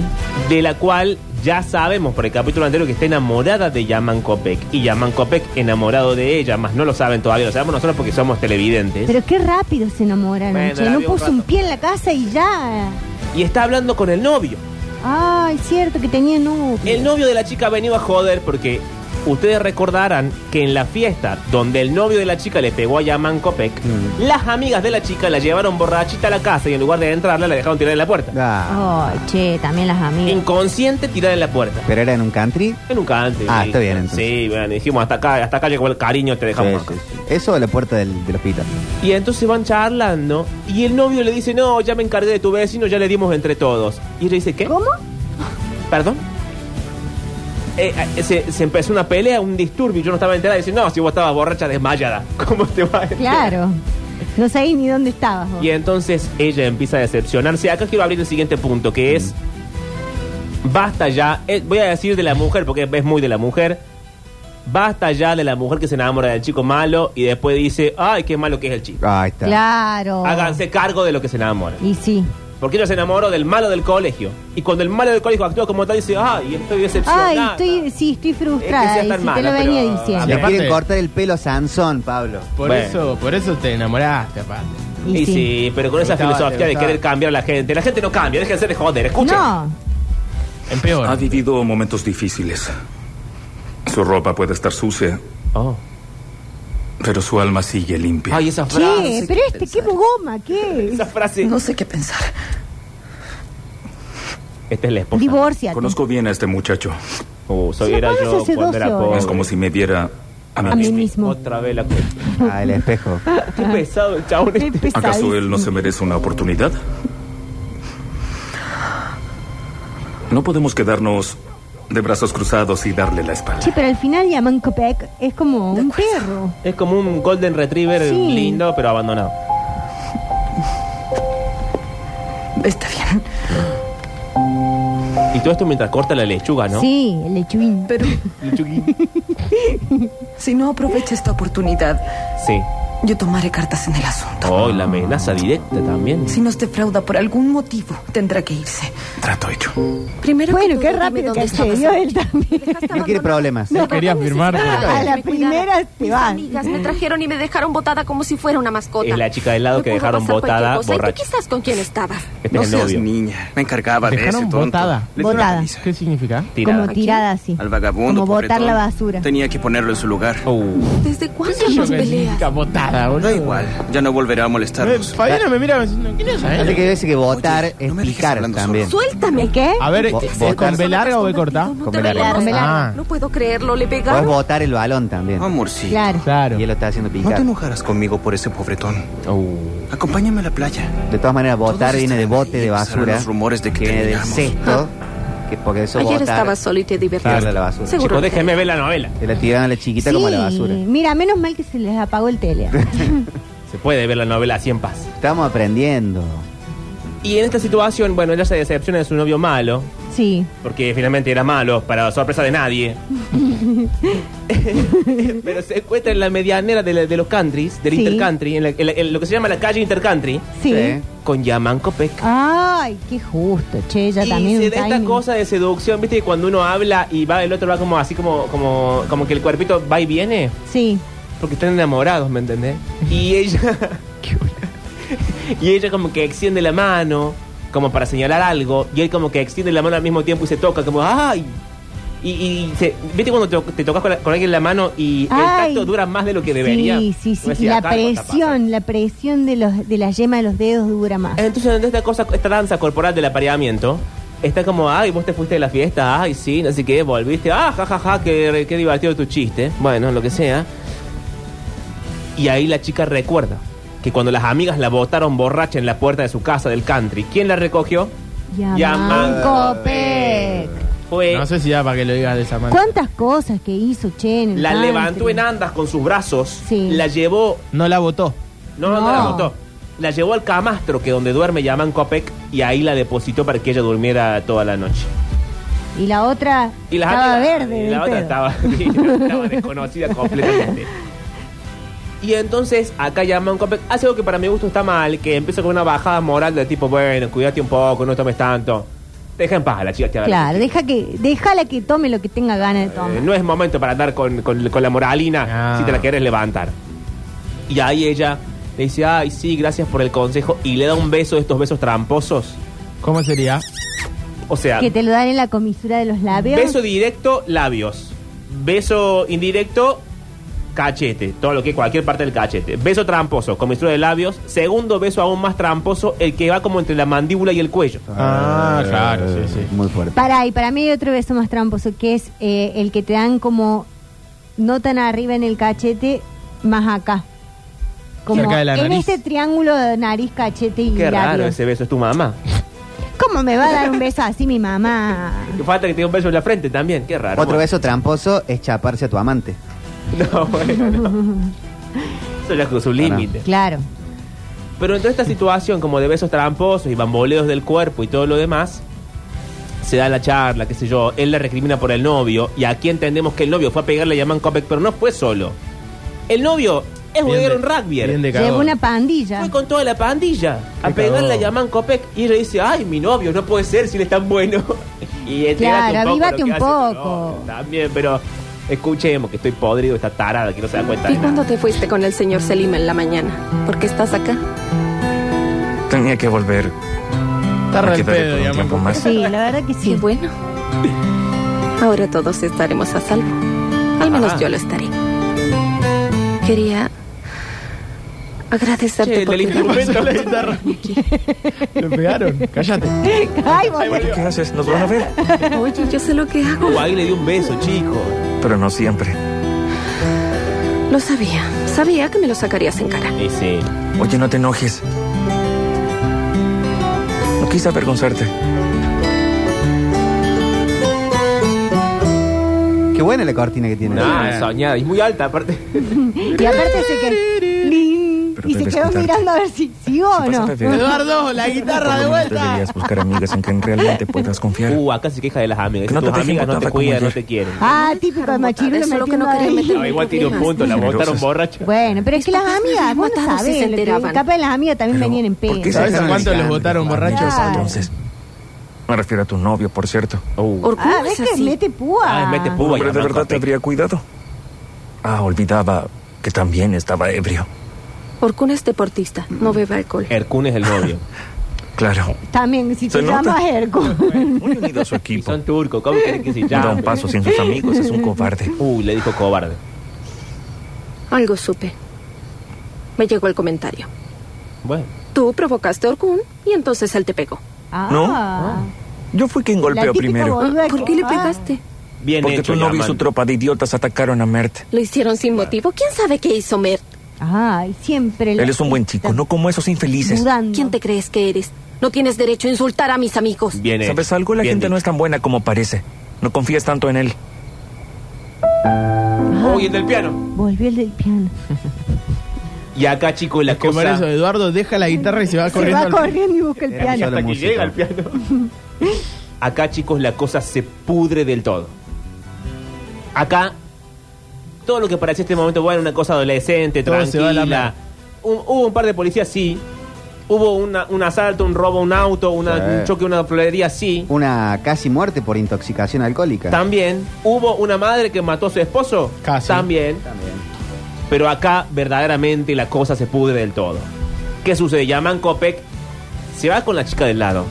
S4: de la cual ya sabemos por el capítulo anterior que está enamorada de Yaman Kopek. Y Yaman Kopek enamorado de ella, más no lo saben todavía, lo sabemos nosotros porque somos televidentes.
S5: Pero qué rápido se enamoraron,
S4: Bueno,
S5: che.
S4: la
S5: No
S4: vi un
S5: puso un
S4: rato.
S5: pie en la casa y ya.
S4: Y está hablando con el novio.
S5: Ay, cierto que tenía novio.
S4: El novio de la chica ha venido a joder porque ustedes recordarán que en la fiesta donde el novio de la chica le pegó a Yaman Kopek,
S7: Mm.
S4: las amigas de la chica la llevaron borrachita a la casa y en lugar de entrarla la dejaron tirar en la puerta.
S7: Ah,
S5: Ay, che, también las amigas.
S4: Inconsciente tirar en la puerta.
S7: Pero era en un country.
S4: En un cante.
S7: Ah,
S4: sí.
S7: está bien, entonces.
S4: Sí, bueno, dijimos hasta acá, hasta acá llegó el cariño, te dejamos acá.
S7: Sí, sí, sí. Eso o la puerta del, del hospital.
S4: Y entonces van charlando y el novio le dice, no, ya me encargué de tu vecino, ya le dimos entre todos. Y ella dice, ¿qué?
S5: ¿Cómo?
S4: ¿Perdón? Eh, eh, se, se empezó una pelea, un disturbio. Yo no estaba enterada. Dice, no, si vos estabas borracha, desmayada. ¿Cómo te va? a enterar?
S5: Claro. No sabés ni dónde estabas. vos.
S4: Y entonces ella empieza a decepcionarse. Acá quiero abrir el siguiente punto, que es... Basta ya. eh, voy a decir de la mujer, porque es muy de la mujer. Basta ya de la mujer que se enamora del chico malo y después dice, ay, qué malo que es el chico.
S7: Ahí está.
S5: Claro.
S4: Háganse cargo de lo que se enamora.
S5: Y sí.
S4: Porque ella se enamoró del malo del colegio. Y cuando el malo del colegio actúa como tal, dice, ay, estoy decepcionada.
S5: Ay, estoy, sí, estoy
S4: Es que
S5: frustrada.
S4: seas tan
S5: dice, te
S4: mala,
S5: lo venía
S4: pero-
S5: diciendo.
S7: Le
S6: Aparte-
S7: quieren cortar el pelo a Sansón, Pablo.
S6: Por,
S4: Bueno.
S6: eso, por eso te enamoraste, aparte.
S4: Y sí, pero con
S6: Te
S4: esa
S6: gustaba,
S4: filosofía
S6: te
S4: de
S6: gustaba.
S4: querer cambiar a la gente. La gente no cambia, déjense de joder, escuchen.
S5: No,
S6: Empeora.
S9: Ha vivido momentos difíciles. Su ropa puede estar sucia,
S4: Oh.
S9: pero su alma sigue limpia.
S4: Ay, esa frase.
S5: che, pero este, qué goma, qué.
S4: Esa frase.
S2: No sé qué pensar.
S4: Esta es la esposa.
S5: Divorcia.
S9: Conozco bien a este muchacho.
S4: Oh, soy
S5: Si
S4: era
S5: lo
S4: yo
S5: pagas hace
S4: cuando era
S5: 12 horas.
S4: pobre.
S9: Es como si me viera a mí
S5: A mí
S9: mismo.
S5: mismo.
S4: Otra vez la cuenta.
S7: Ah, el espejo.
S4: Qué pesado el chabón
S5: Qué
S4: este.
S9: ¿Acaso él no
S5: pesadísimo.
S9: se merece una oportunidad? No podemos quedarnos de brazos cruzados y darle la espalda.
S5: Che, pero al final Yaman Kopek es como un perro.
S4: Es como un golden retriever
S5: Sí.
S4: lindo, pero abandonado.
S2: Está bien.
S4: Y todo esto mientras corta la lechuga, ¿no?
S5: Sí, el lechuín.
S2: Pero
S4: Lechuguín.
S2: si no aprovecha esta oportunidad,
S4: Sí.
S2: yo tomaré cartas en el asunto.
S4: Oh, y la amenaza directa también. Este
S2: Si nos defrauda por algún motivo, tendrá que irse.
S9: Trato hecho.
S10: Primero que
S5: Bueno,
S10: todo,
S5: qué
S10: dime
S5: rápido
S10: dónde
S5: que
S10: está
S5: se dio
S10: pasando.
S5: él también.
S7: No quiere problemas.
S6: No quería firmar.
S5: A la
S10: Me cuidaron.
S5: primera te
S10: Mis
S5: va.
S10: amigas me trajeron y me dejaron botada como si fuera una mascota.
S4: Es la chica del lado
S10: Me
S4: que
S10: pudo
S4: dejaron
S10: pasar cualquier
S4: botada,
S10: cosa. ¿Y tú
S4: borracha.
S10: qué estás con quién estabas?
S4: Este
S9: No
S4: es
S9: seas
S4: el novio.
S9: niña. Me encargaba de ese
S6: Dejaron
S9: tonto.
S6: botada.
S9: Le di una
S5: Botada.
S9: paliza.
S6: ¿Qué significa?
S4: Tirada.
S5: Como tirada así.
S9: Al vagabundo.
S5: Como botar
S9: pobretón.
S5: la basura.
S9: Tenía que ponerlo en su lugar.
S4: Oh.
S10: ¿Desde cuándo nos peleas?
S6: Significa botada, boludo.
S9: Da igual. Ya no volverá a
S6: Me-
S9: molestarnos.
S6: Fabiana me mira diciendo, ¿quién es
S7: Hay
S6: él?
S7: que decir que votar
S9: Oye,
S7: es
S9: no me dejes
S7: picar
S9: hablando
S7: también.
S10: Suéltame.
S5: ¿Qué?
S6: A ver,
S7: Bo-
S6: ¿es
S7: botar.
S6: con B larga o B corta?
S10: No
S7: Con
S10: te
S7: B larga.
S10: vayas.
S5: Con B larga.
S6: Ah.
S10: No puedo creerlo, le
S7: Podés
S10: pegaron.
S7: votar el balón también.
S9: Amorcito.
S5: Claro.
S6: Claro.
S7: Y él lo está haciendo
S9: No
S7: picar.
S9: te enojarás conmigo por ese pobretón.
S6: Oh.
S9: Acompáñame a la playa.
S7: De todas maneras, votar
S9: Todos
S7: viene de
S9: estarán
S7: bote
S9: ahí,
S7: de
S9: empezarán
S7: basura.
S9: los rumores de que
S7: viene del
S9: terminamos.
S7: cesto. Que porque eso
S10: Ayer
S7: votar.
S10: estabas solo y te divertiste.
S7: Tirarla a la basura.
S10: Seguro.
S4: Chicos, déjenme ver la novela.
S7: Te la tiraron a la chiquita como a la basura.
S5: Mira, menos mal que se les apagó el tele.
S4: Se puede ver la novela así en paz.
S7: Estamos aprendiendo.
S4: Y en esta situación, bueno, ella se decepciona de su novio malo,
S5: Sí.
S4: porque finalmente era malo, para sorpresa de nadie. Pero se encuentra en la medianera de, la- de los countries, del
S5: Sí.
S4: intercountry, en, la- en la- en lo que se llama la calle intercountry,
S5: Sí.
S4: con Yaman Copec.
S5: Ay, qué justo, che, ya
S4: y
S5: también
S4: se
S5: un
S4: da esta
S5: timing.
S4: cosa de seducción, viste que cuando uno habla y va el otro va como así como como como que el cuerpito va y viene,
S5: Sí.
S4: porque están enamorados, ¿me entendés? Y ella y ella como que extiende la mano como para señalar algo y él como que extiende la mano al mismo tiempo y se toca como ay y, y se- viste cuando te, te tocas con, la- con alguien la mano y
S5: Ay.
S4: el tacto dura más de lo que debería.
S5: Sí, sí, sí.
S4: Vos decís,
S5: Y la
S4: acá algo está
S5: presión, la presión de, los, de la yema de los dedos dura más.
S4: Entonces, en esta cosa, esta danza corporal del apareamiento, está como, ay, vos te fuiste de la fiesta, ay, sí, no sé qué, volviste, ah, jajaja, qué, qué divertido tu chiste, bueno, lo que sea. Y ahí la chica recuerda que cuando las amigas la botaron borracha en la puerta de su casa del country, ¿quién la recogió? Yaman
S5: Copec.
S4: Fue.
S6: No sé si da para que lo digas de esa manera.
S5: ¿Cuántas cosas que hizo Che en el
S4: La
S5: country?
S4: levantó en andas con sus brazos,
S5: Sí.
S4: la llevó,
S6: No la votó.
S4: no, no, no la
S5: No.
S4: botó, la llevó al camastro que donde duerme Yaman Copec y ahí la depositó para que ella durmiera toda la noche.
S5: Y la otra
S4: Y las
S5: estaba
S4: amigas-
S5: verde.
S4: Y la
S5: del
S4: otra
S5: pedo.
S4: estaba, estaba desconocida completamente. Y entonces acá llaman Copec. Hace algo que para mi gusto está mal, que empieza con una bajada moral de tipo, bueno, cuídate un poco, no tomes tanto. Deja en paz a la chica que haga lo que
S5: Claro, deja que, déjala que tome lo que tenga ganas de
S4: quiera. Eh,
S5: tomar.
S4: no es momento para andar con, con- con la moralina
S6: Ah.
S4: si te la quieres levantar. Y ahí ella le dice, ay, sí, gracias por el consejo. Y le da un beso de estos besos tramposos.
S6: ¿Cómo sería?
S4: O sea,
S5: Que te lo dan en la comisura de los labios.
S4: Beso directo, labios. Beso indirecto, cachete. Todo lo que cualquier parte del cachete. Beso tramposo, comisura de labios. Segundo beso aún más tramposo, el que va como entre la mandíbula y el cuello.
S6: Ah,
S7: Eh,
S6: claro, sí, sí.
S7: Muy fuerte.
S5: Para, y para mí hay otro beso más tramposo, que es eh, el que te dan como no tan arriba en el cachete, más acá. Como
S6: Cerca de la
S5: en
S6: nariz.
S5: este triángulo de nariz, cachete y
S4: Qué raro
S5: labios.
S4: ese beso, es tu mamá.
S5: ¿Cómo me va a dar un beso así mi mamá?
S4: Que falta que tenga un beso en la frente también, qué raro.
S7: Otro beso tramposo es chaparse a tu amante.
S4: No, bueno, no. Eso ya cruzó un
S7: Pará.
S4: límite.
S5: Claro.
S4: Pero en toda esta situación, como de besos tramposos y bamboleos del cuerpo y todo lo demás, se da la charla, qué sé yo, él la recrimina por el novio, y aquí entendemos que el novio fue a pegarle a Yaman Kopek, pero no fue solo. El novio es un,
S6: Bien
S4: era
S6: de-
S4: un rugby.
S6: bien de
S5: Lleva
S6: cagón.
S5: una pandilla.
S4: Fue con toda la pandilla a
S6: Qué
S4: pegarle a
S6: cagón.
S4: Yaman Kopek y ella dice, ay, mi novio, no puede ser si él es tan bueno. y entregate
S5: Claro,
S4: poco
S5: avívate
S4: lo que
S5: un
S4: hace tu
S5: poco.
S4: novio también, pero escuchemos que estoy podrido, está tarada, que no se da cuenta.
S10: ¿Y
S4: de nada.
S10: cuándo te fuiste con el señor Selim en la mañana? ¿Por qué estás acá?
S8: Tenía que volver.
S6: Está
S8: Me
S6: re al
S8: quedaré
S6: pedo,
S8: por un
S6: digamos.
S8: tiempo más.
S5: Sí, la verdad que
S10: Qué
S5: sí.
S10: bueno. Ahora todos estaremos a salvo. Al menos
S4: Ajá.
S10: yo lo estaré. Quería agradecerte
S4: Che,
S10: por
S4: le
S10: tu
S4: limpié un
S10: devoción.
S4: momento la guitarra.
S6: Le pegaron. Cállate.
S5: Ay, vos-
S8: ¿Qué haces? Nos van a ver.
S10: Oye, yo sé lo que hago.
S4: Uh, ahí le dio un beso, chico.
S8: Pero no siempre.
S10: Lo sabía. Sabía que me lo sacarías en cara.
S4: Y sí.
S8: Oye, no te enojes. No quise avergonzarte.
S7: Qué buena la cortina que tiene.
S4: No, soñada. Y muy alta, aparte.
S5: Y aparte se quedó. ¡Ling!
S8: Pero
S5: Y se
S8: debes
S5: quedó
S8: cuidarte.
S5: mirando a ver si sigo o no.
S6: Eduardo, la guitarra de vuelta.
S8: Deberías buscar amigas en quien realmente puedas confiar.
S4: Uh, acá se queja de las amigas.
S8: Que no
S4: Tus
S8: te dejen
S4: amigas no
S8: botada
S4: te
S8: como
S4: cuidan, no
S8: ayer.
S4: te quieren.
S5: Ah, típico de Machirulo
S10: Eso es lo que no
S5: metiendo
S10: quería
S5: ahí.
S10: meter.
S4: No, igual tiene un punto, la
S8: Generosas.
S4: botaron borracha.
S5: Bueno, pero es que las amigas, vos no
S10: Matados sí se
S5: sabés. lo que-
S10: enteraban.
S5: Capaz las amigas también
S8: Pero,
S5: venían en pedo.
S8: ¿por qué se
S6: ¿Sabes a
S8: dejan
S6: cuántos los
S8: engañar?
S6: votaron borrachos?
S5: Claro.
S8: Entonces, me refiero a tu novio, por cierto.
S4: Uh.
S10: Orgullo
S5: Ah,
S10: es
S5: ves que
S10: así.
S5: mete púa.
S4: Ah, mete púa.
S8: Pero de verdad tendría cuidado. Ah, olvidaba que también estaba ebrio.
S10: Orkun es deportista, no bebe alcohol.
S4: Ercún es el novio.
S8: Claro.
S5: También, si
S8: ¿Se
S5: te
S8: nota?
S5: llamas Erco.
S8: Muy unido a su
S4: Y
S8: equipo.
S4: son turcos. ¿Cómo quieren que se
S8: Da un
S4: llame?
S8: paso sin sus amigos, es un cobarde.
S4: Uh, le dijo cobarde.
S10: Algo supe. Me llegó el comentario.
S4: Bueno.
S10: Tú provocaste a Orkun y entonces él te pegó.
S5: Ah.
S8: No. Yo fui quien golpeó
S5: típica
S8: primero.
S5: bol- Hola,
S10: ¿Por qué le
S5: ah.
S10: pegaste?
S4: Bien
S8: Porque
S4: hecho,
S8: tu novio y su
S4: Yaman.
S8: tropa de idiotas atacaron a Mert.
S10: ¿Lo hicieron sin motivo? ¿Quién sabe qué hizo Mert?
S5: ah, Ay, siempre. la-
S8: Él es un buen chico, no como esos infelices.
S5: Dudando.
S10: ¿Quién te crees que eres? No tienes derecho a insultar a mis amigos.
S4: Bien hecho.
S8: ¿Sabes algo? La
S4: Bien
S8: gente no es
S4: dicho.
S8: tan buena como parece. No confías tanto en él.
S4: Uy, el del piano.
S5: Ah, Volvió el del piano.
S4: Y acá, chicos, la
S6: Que por eso,
S4: cosa...
S6: Eduardo deja la guitarra y se va
S5: Se
S6: corriendo.
S5: va
S6: al-
S5: corriendo y busca el piano.
S4: Hasta que llega el piano. Acá, chicos, la cosa se pudre del todo. Acá, todo lo que parecía este momento bueno, una cosa adolescente,
S6: Todo se va a la
S4: tranquila. Un- hubo un par de policías, sí. Hubo una- un asalto, un robo, un auto, una-
S7: Sí.
S4: un choque, una florería, sí.
S7: Una casi muerte por intoxicación alcohólica.
S4: También. Hubo una madre que mató a su esposo.
S6: Casi.
S4: También. Pero acá verdaderamente la cosa se pudre del todo. ¿Qué sucede? Yaman Kopek se va con la chica del lado.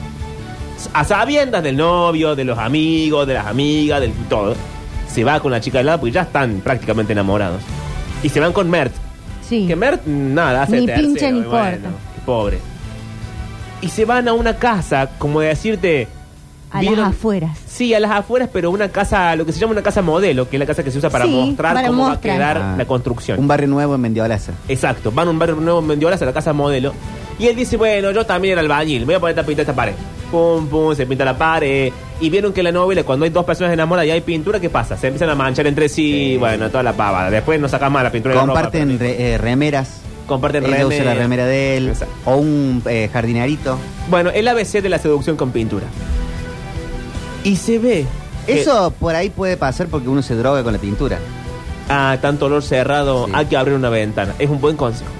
S4: A sabiendas del novio, de los amigos, de las amigas, del todo. Se va con la chica del lado porque ya están prácticamente enamorados. Y se van con Mert.
S5: Sí.
S4: Que Mert, nada, hace
S5: Ni
S4: tercero,
S5: pincha ni
S4: y bueno,
S5: corta.
S4: Pobre. Y se van a una casa, como de decirte...
S5: A
S4: ¿vieron?
S5: las afueras.
S4: Sí, a las afueras, pero una casa, lo que se llama una casa modelo, que es la casa que se usa para
S5: Sí,
S4: mostrar
S5: para
S4: cómo
S5: mostrar.
S4: va a quedar
S7: Ah.
S4: la construcción.
S7: Un barrio nuevo en Mendiolaza.
S4: Exacto, van a un barrio nuevo en Mendiolas a la casa modelo. Y él dice, bueno, yo también era albañil, voy a poner a pintar esta pared. Pum, pum, se pinta la pared. Y vieron que en la novela, cuando hay dos personas enamoradas y hay pintura, ¿qué pasa? Se empiezan a manchar entre sí, bueno, toda la pavada. Después no sacan más la pintura de la ropa,
S7: Comparten re- eh, remeras.
S4: pero- comparten
S7: Ella usa la
S4: remeras.
S7: remera de él.
S4: Exacto.
S7: O un eh, jardinerito.
S4: Bueno, el ABC de la seducción con pintura. Y se ve... que-
S7: Eso por ahí puede pasar porque uno se droga con la pintura.
S4: Ah, tanto olor cerrado,
S7: Sí.
S4: hay que abrir una ventana. Es un buen consejo.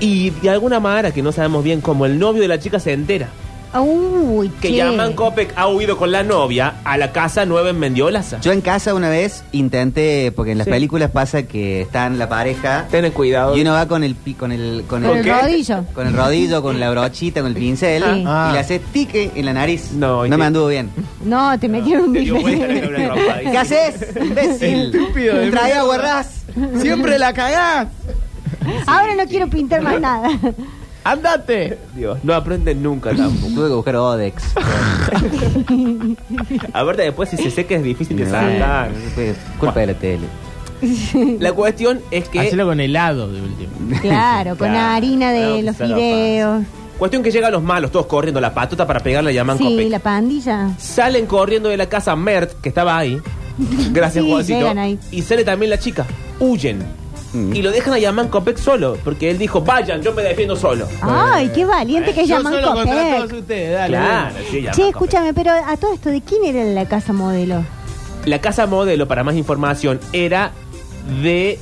S4: Y de alguna manera que no sabemos bien cómo el novio de la chica se entera.
S5: Uy,
S4: Que
S5: che.
S4: Yaman Kopek ha huido con la novia a la casa nueva en Mendiolaza.
S7: Yo en casa una vez intenté, porque en las
S4: Sí.
S7: películas pasa que están la pareja
S4: Ten cuidado.
S7: y uno va con el pi- con el con
S5: Con el
S7: el,
S5: rodillo.
S7: con el rodillo, con la brochita, con el pincel
S5: Sí.
S6: Ah.
S7: y le hace tique en la nariz.
S4: No,
S7: No,
S4: y
S7: me
S4: te-
S7: anduvo bien.
S5: No,
S4: Ah,
S5: te metieron un
S4: Te dio vuelta, le
S5: bife.
S4: dio una trompada.
S7: ¿Qué haces? Imbécil.
S6: Estúpido de
S7: Trae
S6: mierda.
S7: agua ras.
S6: Siempre la cagás.
S5: Ahora no quiero pintar más nada.
S6: Andate.
S4: Dios, no aprenden nunca tampoco.
S7: Tuve que buscar Odex.
S4: A ver, después si se seca es difícil que
S7: No,
S4: salga.
S7: fue Culpa de la tele.
S4: La cuestión es que...
S6: Hacelo con helado de último.
S5: Claro, con la harina
S4: Claro,
S5: de
S4: que
S5: los
S4: se la
S5: fideos.
S4: Cuestión que llegan los malos, todos corriendo la patota para pegarle a Yaman
S5: Sí,
S4: Kopek.
S5: la pandilla.
S4: Salen corriendo de la casa Mert, que estaba ahí. Gracias,
S5: Sí,
S4: Juancito.
S5: llegan ahí. Mm.
S4: Y sale también la chica. Huyen. Y lo dejan a Yaman Copec solo, porque él dijo, vayan, yo me defiendo solo.
S5: Ay, qué valiente que es
S6: Yo
S5: Yaman
S6: solo contra todos
S5: Copec.
S6: ustedes, dale.
S4: claro, sí,
S5: Che,
S4: Yaman Copec.
S5: escúchame, pero a todo esto, ¿de quién era la casa modelo?
S4: La casa modelo, para más información, era de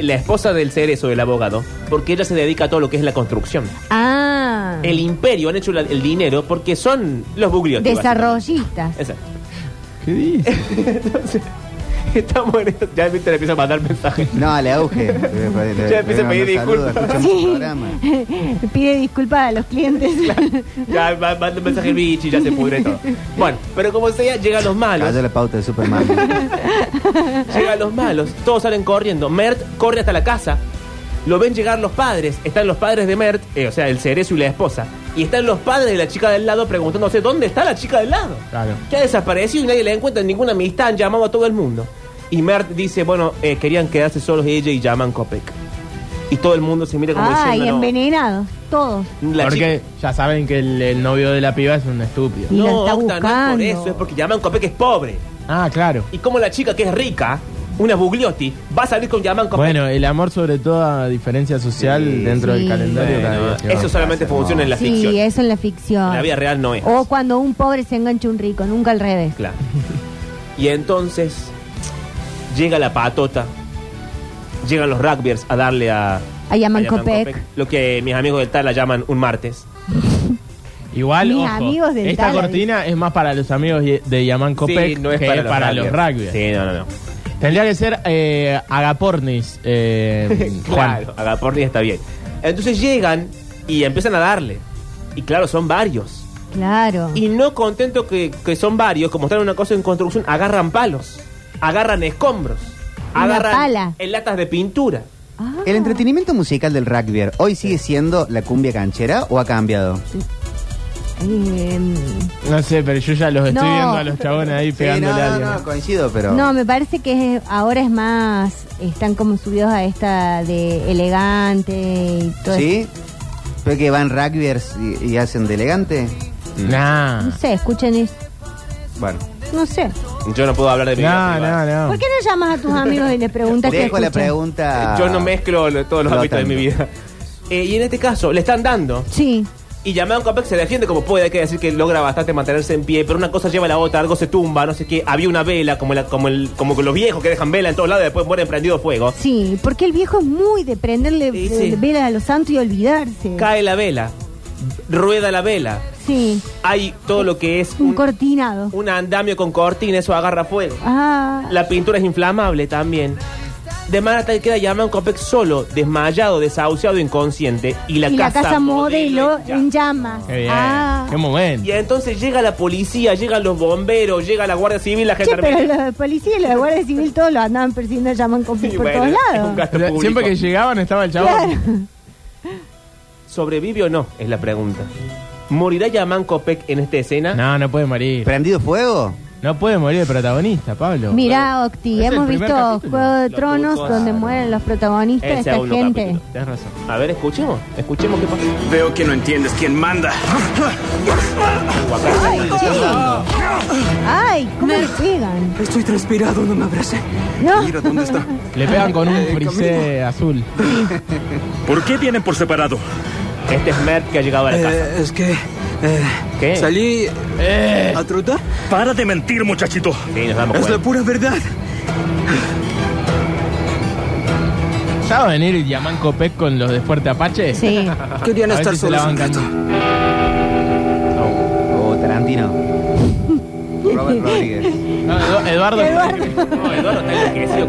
S4: la esposa del cerezo, del abogado, porque ella se dedica a todo lo que es la construcción.
S5: Ah,
S4: El imperio han hecho la- el dinero porque son los bugliotti.
S5: desarrollistas.
S4: básicamente. Exacto.
S6: ¿Qué dices?
S4: Estamos en esto. Ya viste, le empieza a mandar mensajes.
S7: No, le auge. Le- le-
S4: Ya empieza a
S7: le
S4: pedir
S7: mando saludos,
S4: disculpas.
S7: escucha mucho programa.
S5: Pide disculpas a los clientes.
S4: Ya ma- manda un mensaje el bicho y ya se pudre todo. Bueno, pero como sea, llegan los malos.
S7: Cayó la pauta de Superman.
S4: Llegan los malos, todos salen corriendo. Mert corre hasta la casa. Lo ven llegar los padres. Están los padres de Mert, eh, o sea, el cerezo y la esposa. Y están los padres de la chica del lado preguntándose dónde está la chica del lado.
S6: Claro.
S4: Que ha desaparecido y nadie la encuentra. Ninguna amistad. Han llamado a todo el mundo. Y Mert dice, bueno, eh, querían quedarse solos ella y llaman Copec. Y todo el mundo se mira como
S5: Ay,
S4: diciendo, "No".
S5: envenenados, todos.
S4: La
S6: Porque
S4: chica-
S6: ya saben que el, el novio de la piba es un estúpido.
S5: Y la
S4: no,
S5: está
S4: Octa, no es por
S5: buscando.
S4: eso, es porque llaman Copec es pobre.
S6: Ah, claro.
S4: Y como la chica que es rica, una bugliotti, va a salir con Yaman con
S6: Bueno, el amor sobre toda diferencia social
S7: Sí,
S6: dentro
S5: sí.
S6: del calendario.
S4: Bueno,
S6: también, sí,
S4: eso
S6: vamos.
S4: solamente
S7: Hermoso.
S4: funciona en la
S5: sí, Oh.
S4: ficción.
S5: eso en la ficción.
S4: En la vida real no es.
S5: O cuando un pobre se engancha a un rico, nunca al revés.
S4: Claro. Y entonces llega la patota, llegan los rugbyers a darle a...
S5: A Yaman
S4: a Yaman
S5: Copec.
S4: Lo que mis amigos del Tala llaman un martes.
S6: Igual,
S5: Mis
S6: ojo,
S5: amigos del
S6: esta
S5: Tala,
S6: cortina es más para los amigos ye- de Yaman
S4: Sí,
S6: Copec
S4: no es
S6: que
S4: para,
S6: para,
S4: los,
S6: los
S4: rugbyers.
S6: rugby.
S4: Sí, no, no, no.
S6: Tendría que ser eh, Agapornis, eh, Juan.
S4: Claro, Agaporni está bien. Entonces llegan y empiezan a darle. Y claro, son varios.
S5: Claro.
S4: Y no contento que, que son varios, como están en una cosa en construcción, agarran palos, agarran escombros,
S5: Una
S4: agarran
S5: pala.
S4: en latas de pintura.
S5: Ah.
S7: ¿El entretenimiento musical del rugby hoy sigue siendo la cumbia canchera o ha cambiado?
S5: Eh,
S6: No sé, pero yo ya los estoy
S5: No.
S6: viendo a los chabones ahí pegándole
S7: no,
S6: a alguien. ¿eh?
S7: no, coincido, pero...
S5: No, me parece que es- ahora es más, están como subidos a esta de elegante y todo eso.
S7: ¿Sí? ¿Pero que van rugbyers y, y hacen de elegante?
S6: Nah.
S5: No sé, escuchen eso.
S7: Bueno,
S5: No sé.
S4: Yo no puedo hablar de mi vida
S6: No,
S4: privada.
S6: no,
S5: ¿Por
S6: no.
S5: qué no llamas a tus amigos y les preguntas qué
S7: dejo la
S5: escuchan?
S6: Eh,
S7: pregunta...
S4: Yo Ah. no mezclo lo- todos los
S7: No
S4: ámbitos de mi
S7: tanto.
S4: vida. Eh, y en este caso, le están dando.
S5: Sí.
S4: Y Yamán Copec se defiende como puede, hay que decir que logra bastante mantenerse en pie, pero una cosa lleva a la otra, algo se tumba, no sé qué. Había una vela, como, la, como, el, como los viejos que dejan vela en todos lados y después mueren prendido fuego.
S5: Sí, porque el viejo es muy de prenderle
S4: Sí,
S5: eh,
S4: sí.
S5: velas a los santos y olvidarse.
S4: Cae la vela, rueda la vela,
S5: sí,
S4: hay todo lo que es
S5: un
S4: un,
S5: cortinado.
S4: un andamio con cortina, eso agarra fuego.
S5: Ah,
S4: La pintura es inflamable también. De manera tal que queda Yaman Copec solo, desmayado, desahuciado, inconsciente. Y la,
S5: y la
S4: casa,
S5: casa modelo
S4: en
S5: en llamas.
S6: Qué bien.
S5: Ah.
S6: Qué momento.
S4: Y entonces llega la policía, llegan los bomberos, llega la Guardia Civil, la
S5: Che, pero
S4: Gendarmería.
S5: los policías y los de Guardia Civil todos lo andaban persiguiendo a llaman con
S4: Y
S5: por
S4: bueno,
S5: todos
S4: es un
S5: lados.
S4: gasto
S6: Pero
S4: público.
S6: Siempre que llegaban estaba el chabón.
S5: Claro.
S4: ¿Sobrevive o no? Es la pregunta. ¿Morirá Yaman Copec en esta escena?
S6: No, no puede morir.
S7: ¿Prendido fuego?
S6: No puede morir el protagonista, Pablo.
S5: Mira, Octi,
S6: Es el
S5: hemos
S6: primer
S5: visto
S6: capítulo.
S5: Juego de
S4: Los
S5: Tronos
S4: turcos.
S5: donde mueren los protagonistas de
S4: Ese
S5: esta
S4: aún no
S5: gente.
S4: capítulo.
S6: Tienes razón.
S4: A ver, escuchemos. Escuchemos qué pasa.
S9: Veo que no entiendes quién manda.
S5: Ay, che. Ay, ¿cómo le pegan?
S9: Estoy transpirado, no me abrace.
S5: No.
S9: Mira dónde está.
S6: Le pegan con un frisé azul.
S9: ¿Por qué vienen por separado?
S4: Este es Mert que ha llegado a la casa.
S11: Eh, es que eh,
S4: ¿Qué?
S11: salí a trotar.
S9: Para de mentir, muchachito.
S4: Sí, nos damos
S11: Es la
S4: cuenta.
S11: pura verdad.
S6: ¿Ya va a venir el Yaman Copec con los de Fuerte Apache?
S5: Sí.
S11: Querían
S6: A ver
S11: estar
S6: si se la
S11: solos un
S6: bancan.
S11: rato.
S7: Oh, Tarantino. Robert Rodríguez.
S6: No, Edu- Eduardo.
S4: No, Eduardo, tengo que decirlo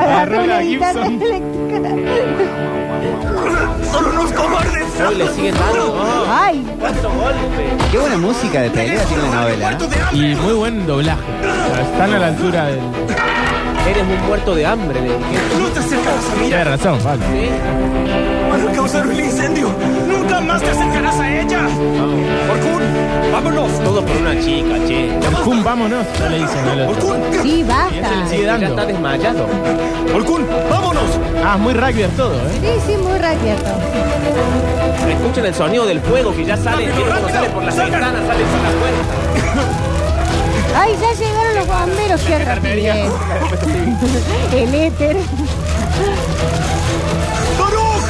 S5: Agarró
S6: la
S5: una guitarra
S6: Gibson.
S5: eléctrica.
S9: ¡Son unos cobardes!
S4: Hoy le siguen dando. Ah,
S6: Ah.
S5: Ay,
S4: ¿Cuántos golpes?
S7: Qué buena música de pelea tiene la novela. ¿eh?
S6: Y muy buen doblaje. Están a la altura del.
S4: Eres un muerto de hambre, le dije.
S9: ¡No te acercarás a mí!
S6: Tienes razón, Pablo.
S9: ¡Para causar un incendio! ¡Nunca más te acercarás a ella! ¡Orkun! ¡Vámonos!
S4: Todo por una chica, che.
S6: Pum, vámonos. No le dicen al otro.
S9: ¡Orkun!
S5: sí,
S6: Ese
S5: basta.
S6: le
S5: Sí,
S6: sigue
S4: Ya está
S6: dando.
S4: desmayado.
S9: ¡Orkun! ¡Vámonos!
S6: Ah, muy rugby es todo, ¿eh?
S5: sí, muy raquieto.
S4: Escuchen el sonido del fuego que ya sale. Miren cómo sale por las ventanas, sale por las puertas.
S5: Ay, ya llegaron los bomberos, qué rapidez. El éter.
S9: ¡Toruk!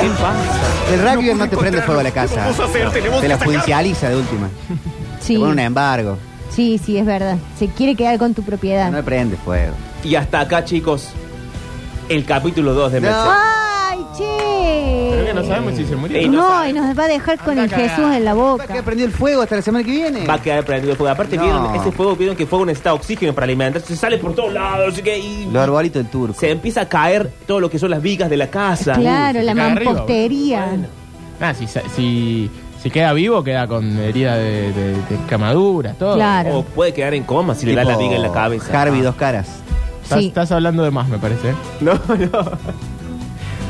S4: ¿Qué pasa?
S7: El rugby
S9: puedo
S7: no te prende
S9: encontrarlo.
S7: fuego a la
S9: ¿Qué
S7: casa.
S9: vamos a hacer? Tenemos
S7: Te la
S9: que sacar-
S7: judicializa de última. Te
S5: Sí,
S7: pone un embargo.
S5: sí, sí, es verdad. Se quiere quedar con tu propiedad.
S7: No le prende fuego.
S4: Y hasta acá, chicos, el capítulo 2 de
S7: No.
S4: Mercedes.
S5: Ay, che.
S6: Creo que no sabemos si se
S4: Sí,
S6: murió.
S4: no
S5: No, y
S4: sabe.
S5: nos va a dejar con
S6: Anda
S5: el
S6: a cagar.
S5: Jesús en la
S7: Va a quedar
S5: boca.
S7: prendido el fuego hasta la semana que viene.
S4: Va a quedar prendido el fuego. Aparte,
S7: No.
S4: vieron ese fuego, vieron que el fuego necesita oxígeno para alimentarse. Se sale por todos lados, así que. y-
S7: Los arbolitos del turco.
S4: se empieza a caer todo lo que son las vigas de la casa.
S5: Claro,
S6: se
S5: la
S6: cae arriba,
S5: mampostería.
S4: Bueno,
S6: Ah, si, sa- si, si queda vivo, queda con herida de, de- de quemaduras, todo.
S5: Claro.
S4: O puede quedar en coma si le da la
S7: Tipo
S4: viga en la cabeza. Ah.
S7: Harvey, dos caras.
S6: Estás,
S5: Sí.
S6: estás hablando de más, me parece. ¿eh?
S4: No, no.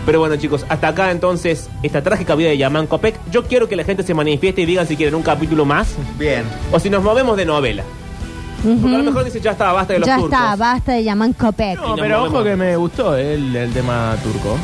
S4: Pero bueno, chicos, hasta acá entonces esta trágica vida de Yaman Copec. Yo quiero que la gente se manifieste y digan si quieren un capítulo más
S7: Bien.
S4: o si nos movemos de novela.
S5: Ujú.
S4: Porque a lo mejor dice ya está, basta de los
S5: Ya
S4: turcos.
S5: está, basta de llamar Copec.
S4: Y
S6: No,
S4: nos
S6: pero
S4: movemos.
S6: ojo que me gustó el, el tema turco.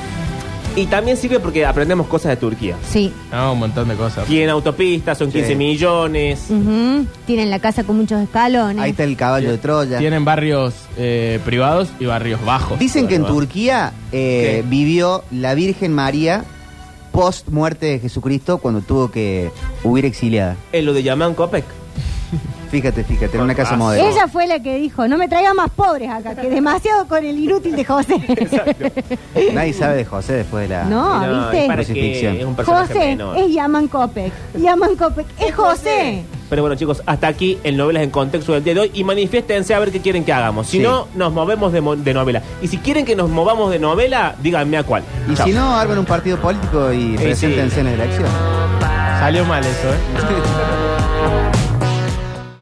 S4: Y también sirve porque aprendemos cosas de Turquía.
S5: Sí.
S6: No, Ah, un montón de cosas.
S4: Tienen autopistas, son 15
S6: Sí.
S4: millones.
S5: Ujú. Tienen la casa con muchos escalones.
S7: Ahí está el caballo de Troya.
S6: Tienen barrios eh, privados y barrios bajos.
S7: Dicen que en
S6: Bueno,
S7: Turquía eh, vivió la Virgen María post muerte de Jesucristo cuando tuvo que huir exiliada.
S4: Es lo de Yaman Copec.
S7: Fíjate, fíjate, en una casa
S4: Ah,
S7: moderna.
S5: Ella fue la que dijo, no me traigan más pobres acá, que demasiado con el inútil de José.
S7: Nadie sabe de José después de la
S5: No,
S7: de la
S5: Ah, ¿viste?
S4: es para
S7: crucifixión.
S4: que es un personaje
S5: José
S4: menor.
S5: es Yaman Kopek. Yaman Kopek es José.
S4: Pero bueno, chicos, hasta aquí el Novelas en Contexto del día de hoy y manifiéstense a ver qué quieren que hagamos. Si
S7: Sí.
S4: no, nos movemos de, mo- de novela. Y si quieren que nos movamos de novela, díganme a cuál.
S7: Y
S4: Chao.
S7: si no, armen un partido político y
S4: sí.
S7: preséntense en la elección.
S6: Salió mal eso, ¿eh?